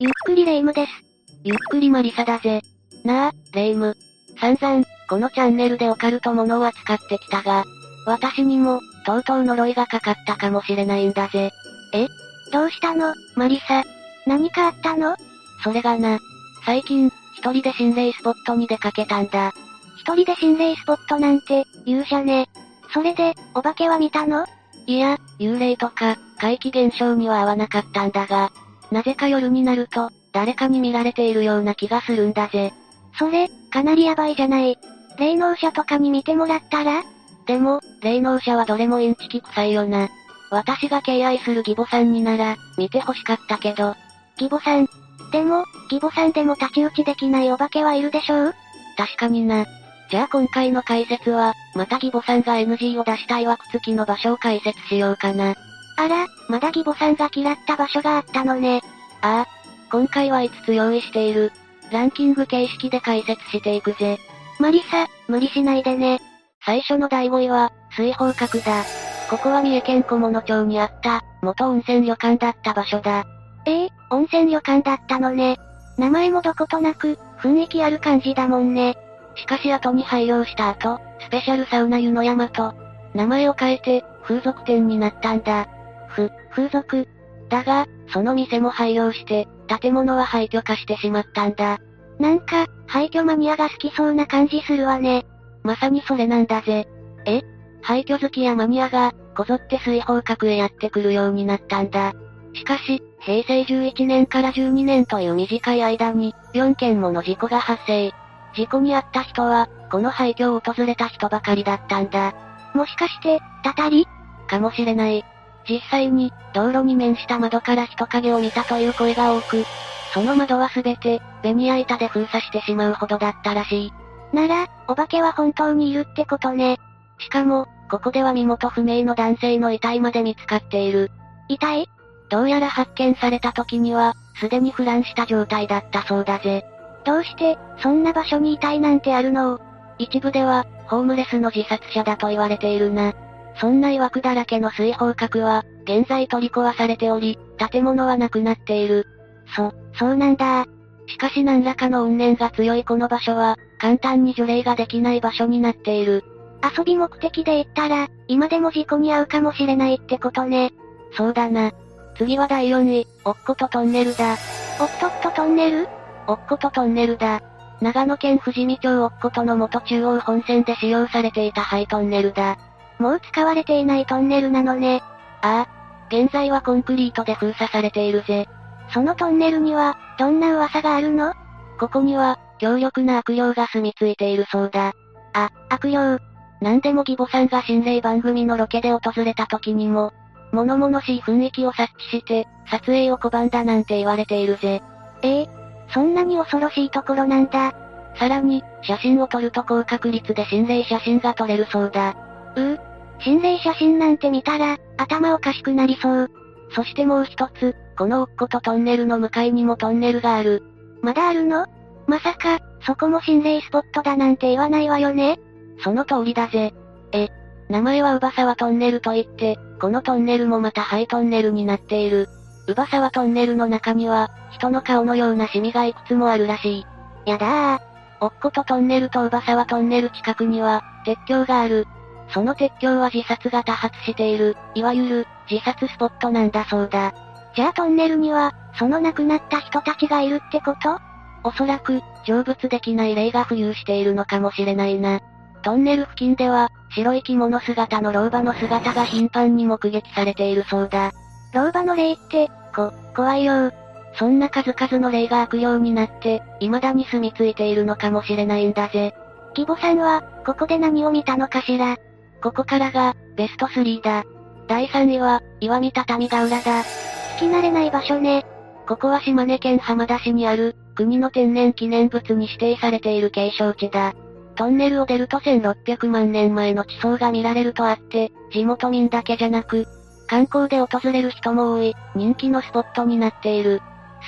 ゆっくりレ夢ムです。ゆっくりマリサだぜ。なあ、レ夢ム。散々、このチャンネルでオカルトものを扱ってきたが、私にも、とうとう呪いがかかったかもしれないんだぜ。どうしたの、マリサ。何かあったのそれがな、最近、一人で心霊スポットに出かけたんだ。一人で心霊スポットなんて、勇者ね。それで、お化けは見たのいや、幽霊とか、怪奇現象には合わなかったんだが、なぜか夜になると、誰かに見られているような気がするんだぜ。それ、かなりやばいじゃない。霊能者とかに見てもらったらでも、霊能者はどれもインチキ臭いよな。私が敬愛する義母さんになら、見て欲しかったけど、義母さん。でも、義母さんでも太刀打ちできないお化けはいるでしょう確かにな。じゃあ今回の解説は、また義母さんが NG を出したいわくつきの場所を解説しようかな。あら、まだ義母さんが嫌った場所があったのね。ああ、今回は5つ用意している。ランキング形式で解説していくぜ。マリサ、無理しないでね。最初の第5位は、水宝閣だ。ここは三重県小物町にあった、元温泉旅館だった場所だ。ええ温泉旅館だったのね。名前もどことなく、雰囲気ある感じだもんね。しかし後に廃業した後、スペシャルサウナ湯の山と、名前を変えて、風俗店になったんだ。ふ、風俗。だが、その店も廃業して、建物は廃墟化してしまったんだ。なんか、廃墟マニアが好きそうな感じするわね。まさにそれなんだぜ。え廃墟好きやマニアが、こぞって水宝閣へやってくるようになったんだ。しかし、平成11年から12年という短い間に、4件もの事故が発生。事故に遭った人は、この廃墟を訪れた人ばかりだったんだ。もしかして、たたりかもしれない。実際に、道路に面した窓から人影を見たという声が多く、その窓はすべて、ベニヤ板で封鎖してしまうほどだったらしい。なら、お化けは本当にいるってことね。しかも、ここでは身元不明の男性の遺体まで見つかっている。遺体どうやら発見された時には、すでに腐乱した状態だったそうだぜ。どうして、そんな場所に遺体なんてあるの一部では、ホームレスの自殺者だと言われているな。そんな曰くだらけの水泡閣は、現在取り壊されており、建物はなくなっている。そ、そうなんだ。しかし何らかの怨念が強いこの場所は、簡単に除霊ができない場所になっている。遊び目的で行ったら、今でも事故に遭うかもしれないってことね。そうだな。次は第4位、おっことトンネルだ。おっとっとトンネルおっことトンネルだ。長野県富士見町おっことの元中央本線で使用されていたハイトンネルだ。もう使われていないトンネルなのね。ああ。現在はコンクリートで封鎖されているぜ。そのトンネルには、どんな噂があるのここには、強力な悪霊が住み着いているそうだ。あ、悪霊。何でも義母さんが心霊番組のロケで訪れた時にも、物々しい雰囲気を察知して、撮影を拒んだなんて言われているぜ。ええそんなに恐ろしいところなんだ。さらに、写真を撮ると高確率で心霊写真が撮れるそうだ。心霊写真なんて見たら、頭おかしくなりそう。そしてもう一つ、このおっことトンネルの向かいにもトンネルがある。まだあるのまさか、そこも心霊スポットだなんて言わないわよねその通りだぜ。え、名前はウバサワトンネルといって、このトンネルもまたハイトンネルになっている。ウバサワトンネルの中には、人の顔のようなシミがいくつもあるらしい。やだー。おっことトンネルとウバサワトンネル近くには、鉄橋がある。その鉄橋は自殺が多発している、いわゆる、自殺スポットなんだそうだ。じゃあトンネルには、その亡くなった人たちがいるってことおそらく、成仏できない霊が浮遊しているのかもしれないな。トンネル付近では、白い着物姿の老婆の姿が頻繁に目撃されているそうだ。老婆の霊って、こ、怖いよ。そんな数々の霊が悪霊になって、未だに住み着いているのかもしれないんだぜ。義母さんは、ここで何を見たのかしらここからが、ベスト3だ。第3位は、岩見畳ヶ浦だ。聞き慣れない場所ね。ここは島根県浜田市にある、国の天然記念物に指定されている景勝地だ。トンネルを出ると1600万年前の地層が見られるとあって、地元民だけじゃなく、観光で訪れる人も多い、人気のスポットになっている。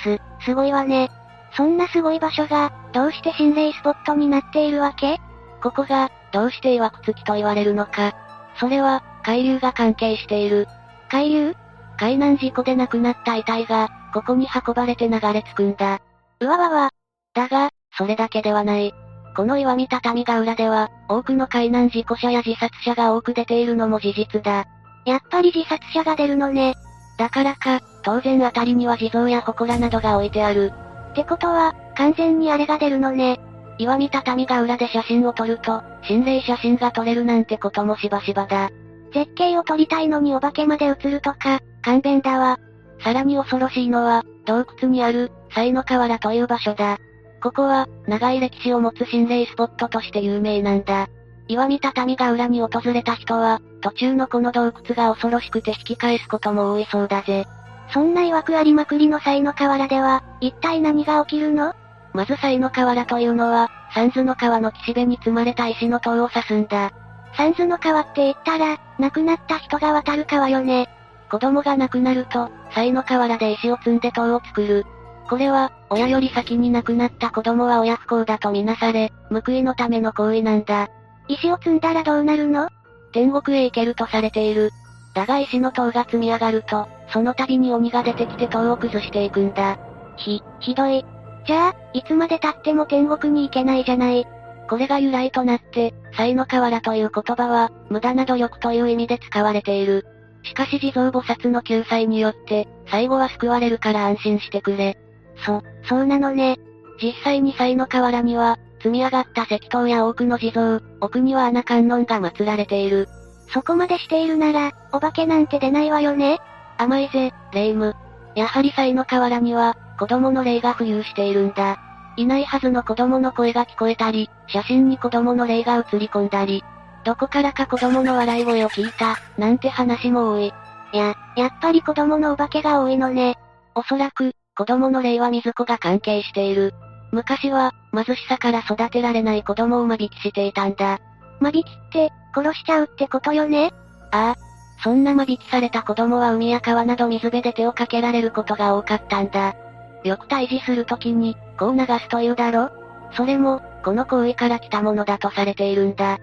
す、すごいわね。そんなすごい場所が、どうして心霊スポットになっているわけここが、どうして曰くつきと言われるのか。それは、海流が関係している。海流海難事故で亡くなった遺体が、ここに運ばれて流れ着くんだ。うわわわ。だが、それだけではない。この岩見畳が裏では、多くの海難事故者や自殺者が多く出ているのも事実だ。やっぱり自殺者が出るのね。だからか、当然あたりには地蔵や祠などが置いてある。ってことは、完全にあれが出るのね。岩見畳が裏で写真を撮ると、心霊写真が撮れるなんてこともしばしばだ。絶景を撮りたいのにお化けまで映るとか、勘弁だわ。さらに恐ろしいのは、洞窟にある、才の河原という場所だ。ここは、長い歴史を持つ心霊スポットとして有名なんだ。岩見畳が裏に訪れた人は、途中のこの洞窟が恐ろしくて引き返すことも多いそうだぜ。そんな曰くありまくりの才の河原では、一体何が起きるのまず才の河原というのは、三途の川の岸辺に積まれた石の塔を指すんだ。三途の川って言ったら、亡くなった人が渡る川よね。子供が亡くなると、才の河原で石を積んで塔を作る。これは、親より先に亡くなった子供は親不幸だとみなされ、報いのための行為なんだ。石を積んだらどうなるの天国へ行けるとされている。だが石の塔が積み上がると、その度に鬼が出てきて塔を崩していくんだ。ひ、ひどい。じゃあ、いつまで経っても天国に行けないじゃない。これが由来となって、才の河原という言葉は、無駄な努力という意味で使われている。しかし地蔵菩薩の救済によって、最後は救われるから安心してくれ。そ、そうなのね。実際に才の河原には、積み上がった石塔や多くの地蔵、奥には穴観音が祀られている。そこまでしているなら、お化けなんて出ないわよね。甘いぜ、霊夢やはり才の河原には、子供の霊が浮遊しているんだ。いないはずの子供の声が聞こえたり、写真に子供の霊が映り込んだり、どこからか子供の笑い声を聞いた、なんて話も多い。いや、やっぱり子供のお化けが多いのね。おそらく、子供の霊は水子が関係している。昔は、貧しさから育てられない子供を間引きしていたんだ。間引きって、殺しちゃうってことよね。ああ。そんな間引きされた子供は海や川など水辺で手をかけられることが多かったんだ。よく退治するときに、こう流すというだろそれも、この行為から来たものだとされているんだ。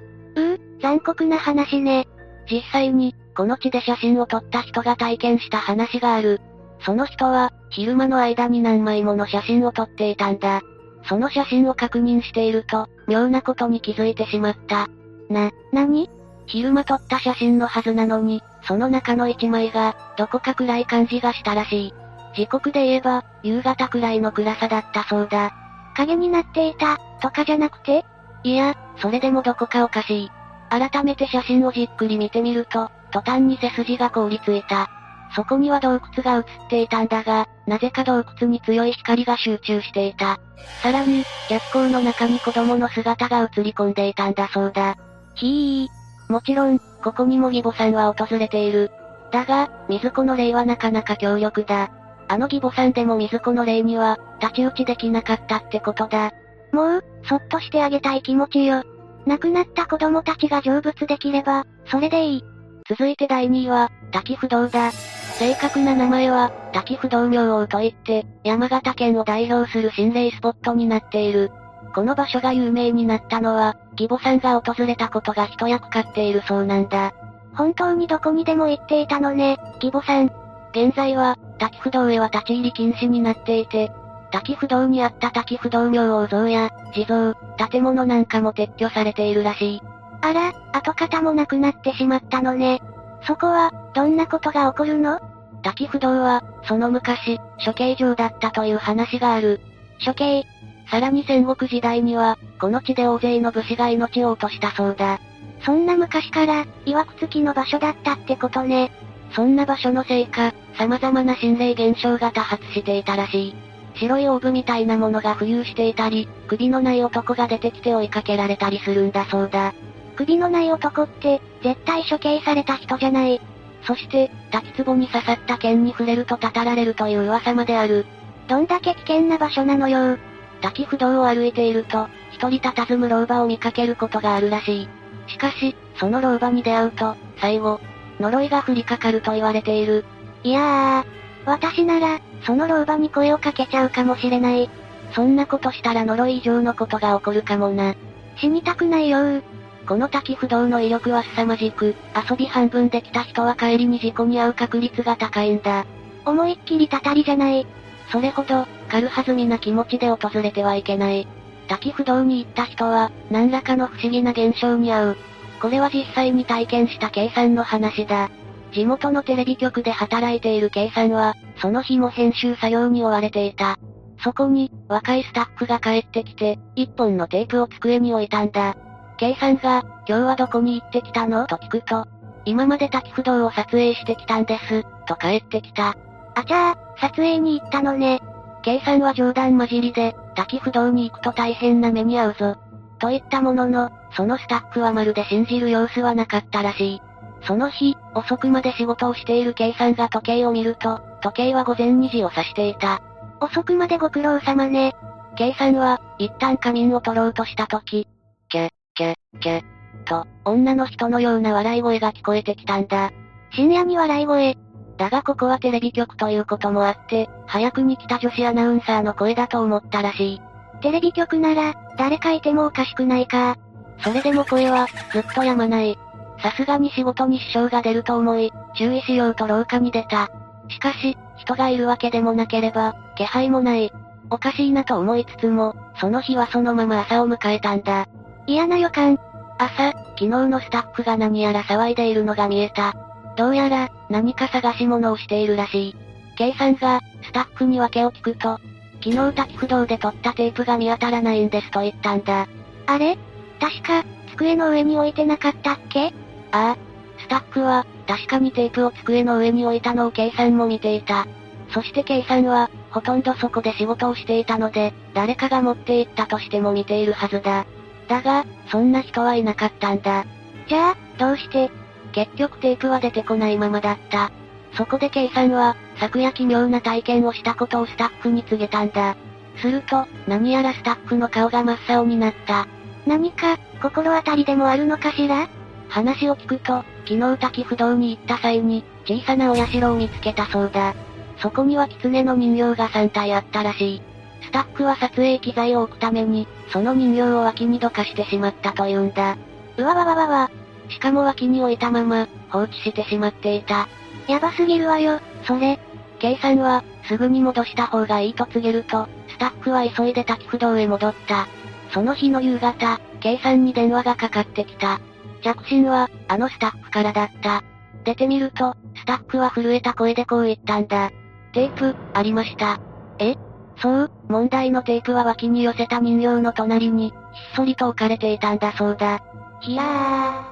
残酷な話ね。実際に、この地で写真を撮った人が体験した話がある。その人は、昼間の間に何枚もの写真を撮っていたんだ。その写真を確認していると、妙なことに気づいてしまった。な、何昼間撮った写真のはずなのに、その中の一枚が、どこか暗い感じがしたらしい。時刻で言えば、夕方くらいの暗さだったそうだ。影になっていた、とかじゃなくていや、それでもどこかおかしい。改めて写真をじっくり見てみると、途端に背筋が凍りついた。そこには洞窟が映っていたんだが、なぜか洞窟に強い光が集中していた。さらに、逆光の中に子供の姿が映り込んでいたんだそうだ。ひー。もちろん、ここにも義母さんは訪れている。だが、水子の霊はなかなか強力だ。あの義母さんでも水子の霊には、太刀打ちできなかったってことだ。もう、そっとしてあげたい気持ちよ。亡くなった子供たちが成仏できれば、それでいい。続いて第2位は、滝不動だ。正確な名前は、滝不動明王といって、山形県を代表する心霊スポットになっている。この場所が有名になったのは、義母さんが訪れたことが一役買っているそうなんだ。本当にどこにでも行っていたのね、義母さん。現在は、滝不動へは立ち入り禁止になっていて、滝不動にあった滝不動明王像や、地蔵、建物なんかも撤去されているらしい。あら、跡形もなくなってしまったのね。そこは、どんなことが起こるの滝不動は、その昔、処刑場だったという話がある。処刑。さらに戦国時代には、この地で大勢の武士が命を落としたそうだ。そんな昔から、曰くつきの場所だったってことね。そんな場所のせいか、様々な心霊現象が多発していたらしい。白いオーブみたいなものが浮遊していたり、首のない男が出てきて追いかけられたりするんだそうだ。首のない男って、絶対処刑された人じゃない。そして、滝壺に刺さった剣に触れるとたたられるという噂まである。どんだけ危険な場所なのよ。滝不動を歩いていると、一人佇む老婆を見かけることがあるらしい。しかし、その老婆に出会うと、最後、呪いが降りかかると言われている。いやー、私なら、その老婆に声をかけちゃうかもしれない。そんなことしたら呪い以上のことが起こるかもな。死にたくないよー。この滝不動の威力は凄まじく、遊び半分で来た人は帰りに事故に遭う確率が高いんだ。思いっきりたたりじゃない。それほど、軽はずみな気持ちで訪れてはいけない。滝不動に行った人は、何らかの不思議な現象に遭う。これは実際に体験した K さんの話だ。地元のテレビ局で働いている K さんは、その日も編集作業に追われていた。そこに、若いスタッフが帰ってきて、一本のテープを机に置いたんだ。K さんが、今日はどこに行ってきたのと聞くと、今まで滝不動を撮影してきたんです、と帰ってきた。あちゃー、撮影に行ったのね。 K さんは冗談交じりで、滝不動に行くと大変な目に遭うぞ。と言ったものの、そのスタッフはまるで信じる様子はなかったらしい。その日、遅くまで仕事をしている K さんが時計を見ると、時計は午前2時を指していた。遅くまでご苦労様ね。 K さんは、一旦仮眠を取ろうとした時、け、け、け、と、女の人のような笑い声が聞こえてきたんだ。深夜に笑い声。だがここはテレビ局ということもあって、早くに来た女子アナウンサーの声だと思ったらしい。テレビ局なら、誰かいてもおかしくないか。それでも声は、ずっとやまない。さすがに仕事に支障が出ると思い、注意しようと廊下に出た。しかし、人がいるわけでもなければ、気配もない。おかしいなと思いつつも、その日はそのまま朝を迎えたんだ。嫌な予感。朝、昨日のスタッフが何やら騒いでいるのが見えた。どうやら、何か探し物をしているらしい。K さんが、スタッフに訳を聞くと、昨日滝不動で撮ったテープが見当たらないんですと言ったんだ。あれ確か、机の上に置いてなかったっけああ、スタッフは、確かにテープを机の上に置いたのを K さんも見ていた。そして K さんは、ほとんどそこで仕事をしていたので、誰かが持って行ったとしても見ているはずだ。だが、そんな人はいなかったんだ。じゃあ、どうして、結局テープは出てこないままだった。そこで K さんは、昨夜奇妙な体験をしたことをスタッフに告げたんだ。すると、何やらスタッフの顔が真っ青になった。何か、心当たりでもあるのかしら話を聞くと、昨日滝不動に行った際に、小さなお社を見つけたそうだ。そこには狐の人形が3体あったらしい。スタッフは撮影機材を置くために、その人形を脇にどかしてしまったというんだ。うわわわわわ、しかも脇に置いたまま、放置してしまっていた。やばすぎるわよ、それ。 K さんは、すぐに戻した方がいいと告げると、スタッフは急いで滝不動へ戻った。その日の夕方、K さんに電話がかかってきた。着信は、あのスタッフからだった。出てみると、スタッフは震えた声でこう言ったんだ。テープ、ありました。えそう、問題のテープは脇に寄せた人形の隣に、ひっそりと置かれていたんだそうだ。ひや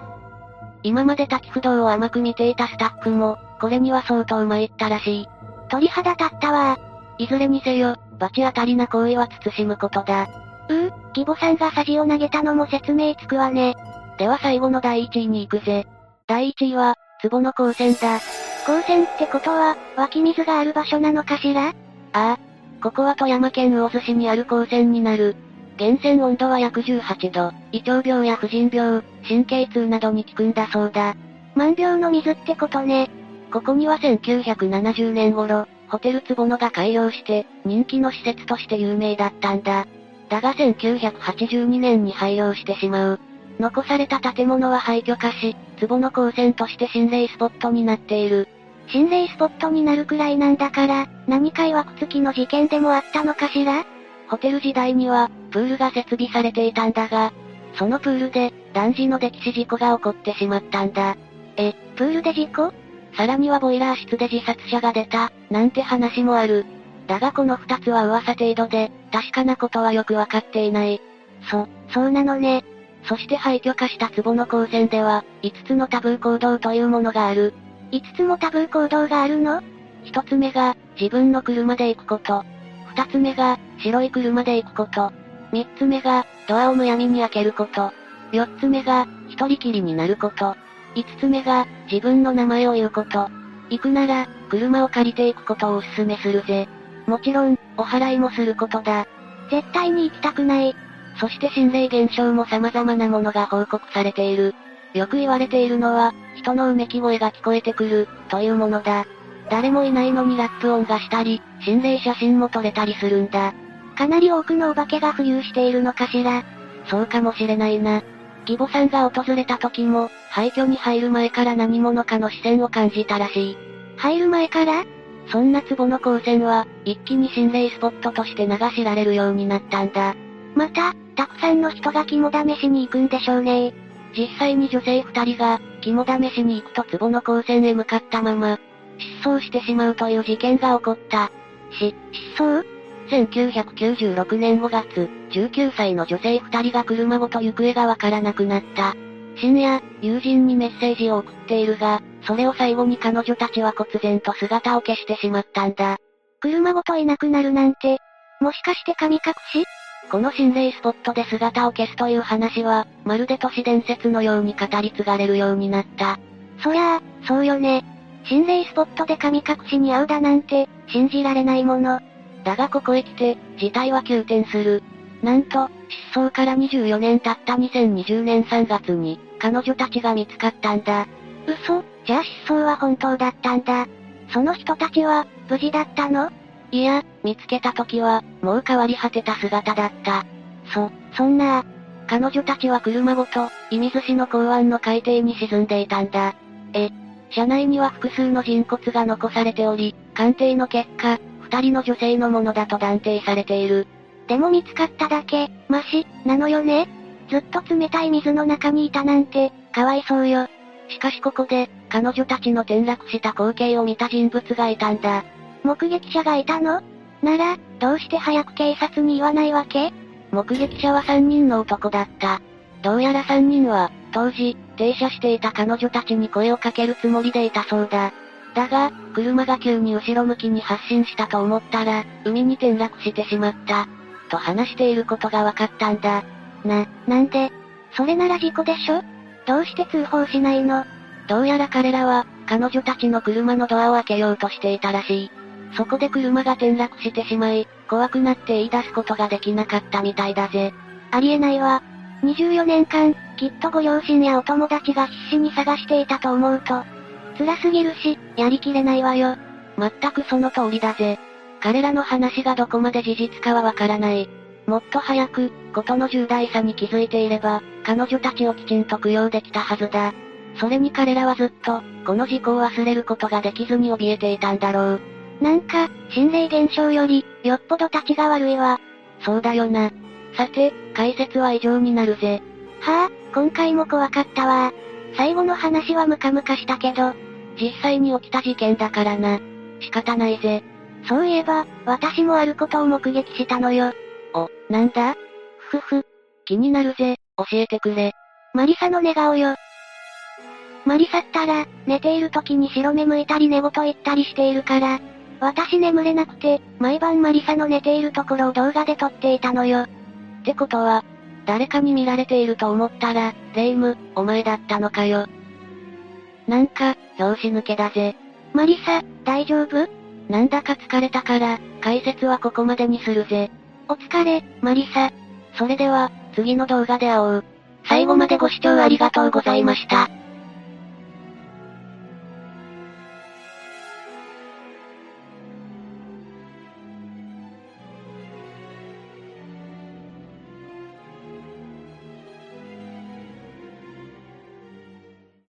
今まで滝不動を甘く見ていたスタッフも、これには相当参ったらしい。ー、鳥肌立ったわ。いずれにせよ、罰当たりな行為は慎むことだ。うー、義母さんがさじを投げたのも説明つくわね。では最後の第1位に行くぜ。第1位は、壺の光線だ。あ光線ってことは、湧き水がある場所なのかしらあ、ここは富山県魚津市にある光線になる。源泉温度は約18度、胃腸病や婦人病、神経痛などに効くんだそうだ。万病の水ってことね。ここには1970年頃、ホテル坪野が開業して、人気の施設として有名だったんだ。だが1982年に廃業してしまう。残された建物は廃墟化し、坪野光線として心霊スポットになっている。心霊スポットになるくらいなんだから、何か曰くつきの事件でもあったのかしらホテル時代には、プールが設備されていたんだが、そのプールで、男児の溺死事故が起こってしまったんだ。え、プールで事故さらにはボイラー室で自殺者が出た、なんて話もある。だがこの二つは噂程度で、確かなことはよくわかっていない。そ、そうなのね。そして廃墟化した壺の光線では、5つのタブー行動というものがある。 5つもタブー行動があるの1つ目が、自分の車で行くこと。2つ目が、白い車で行くこと。3つ目が、ドアをむやみに開けること。4つ目が、一人きりになること。5つ目が、自分の名前を言うこと。行くなら、車を借りていくことをお勧めするぜ。もちろん、お祓いもすることだ。絶対に行きたくない。そして心霊現象も様々なものが報告されている。よく言われているのは、人のうめき声が聞こえてくる、というものだ。誰もいないのにラップ音がしたり、心霊写真も撮れたりするんだ。かなり多くのお化けが浮遊しているのかしら。そうかもしれないな。義母さんが訪れた時も、廃墟に入る前から何者かの視線を感じたらしい。入る前からそんな壺の光線は、一気に心霊スポットとして流しられるようになったんだ。また、たくさんの人が肝試しに行くんでしょうね。実際に女性二人が、肝試しに行くと壺の光線へ向かったまま、失踪してしまうという事件が起こった。し、失踪1996年5月、19歳の女性二人が車ごと行方がわからなくなった。深夜、友人にメッセージを送っているが、それを最後に彼女たちは忽然と姿を消してしまったんだ。車ごといなくなるなんて。もしかして神隠しこの心霊スポットで姿を消すという話は、まるで都市伝説のように語り継がれるようになった。そりゃあ、そうよね。心霊スポットで神隠しに遭うだなんて、信じられないもの。だがここへ来て、事態は急転する。なんと、失踪から24年経った2020年3月に、彼女たちが見つかったんだ。嘘じゃあ失踪は本当だったんだ。その人たちは、無事だったのいや、見つけた時は、もう変わり果てた姿だった。そ、そんな、彼女たちは車ごと、射水市の港湾の海底に沈んでいたんだ。え、車内には複数の人骨が残されており、鑑定の結果、二人の女性のものだと断定されている。でも見つかっただけ、マシ、なのよねずっと冷たい水の中にいたなんて、かわいそうよ。しかしここで、彼女たちの転落した光景を見た人物がいたんだ。目撃者がいたのなら、どうして早く警察に言わないわけ目撃者は3人の男だった。どうやら3人は、当時、停車していた彼女たちに声をかけるつもりでいたそうだ。だが、車が急に後ろ向きに発進したと思ったら、海に転落してしまった。と話していることが分かったんだ。な、なんでそれなら事故でしょどうして通報しないのどうやら彼らは、彼女たちの車のドアを開けようとしていたらしい。そこで車が転落してしまい、怖くなって言い出すことができなかったみたいだぜ。ありえないわ。24年間、きっとご両親やお友達が必死に探していたと思うと、辛すぎるし、やりきれないわよ。全くその通りだぜ。彼らの話がどこまで事実かはわからない。もっと早く、ことの重大さに気づいていれば、彼女たちをきちんと供養できたはずだ。それに彼らはずっと、この事故を忘れることができずに怯えていたんだろう。なんか、心霊現象より、よっぽど立ちが悪いわ。そうだよな。さて、解説は以上になるぜ。はぁ、今回も怖かったわ。最後の話はムカムカしたけど、実際に起きた事件だからな。仕方ないぜ。そういえば、私もあることを目撃したのよ。お、なんだふふ、気になるぜ。教えてくれ。マリサの寝顔よ。マリサったら、寝ている時に白目向いたり寝言言ったりしているから、私眠れなくて、毎晩マリサの寝ているところを動画で撮っていたのよ。ってことは、誰かに見られていると思ったら、レイム、お前だったのかよ。なんか、拍子抜けだぜ。マリサ、大丈夫なんだか疲れたから、解説はここまでにするぜ。お疲れ、マリサ。それでは、次の動画で会おう。最後までご視聴ありがとうございました。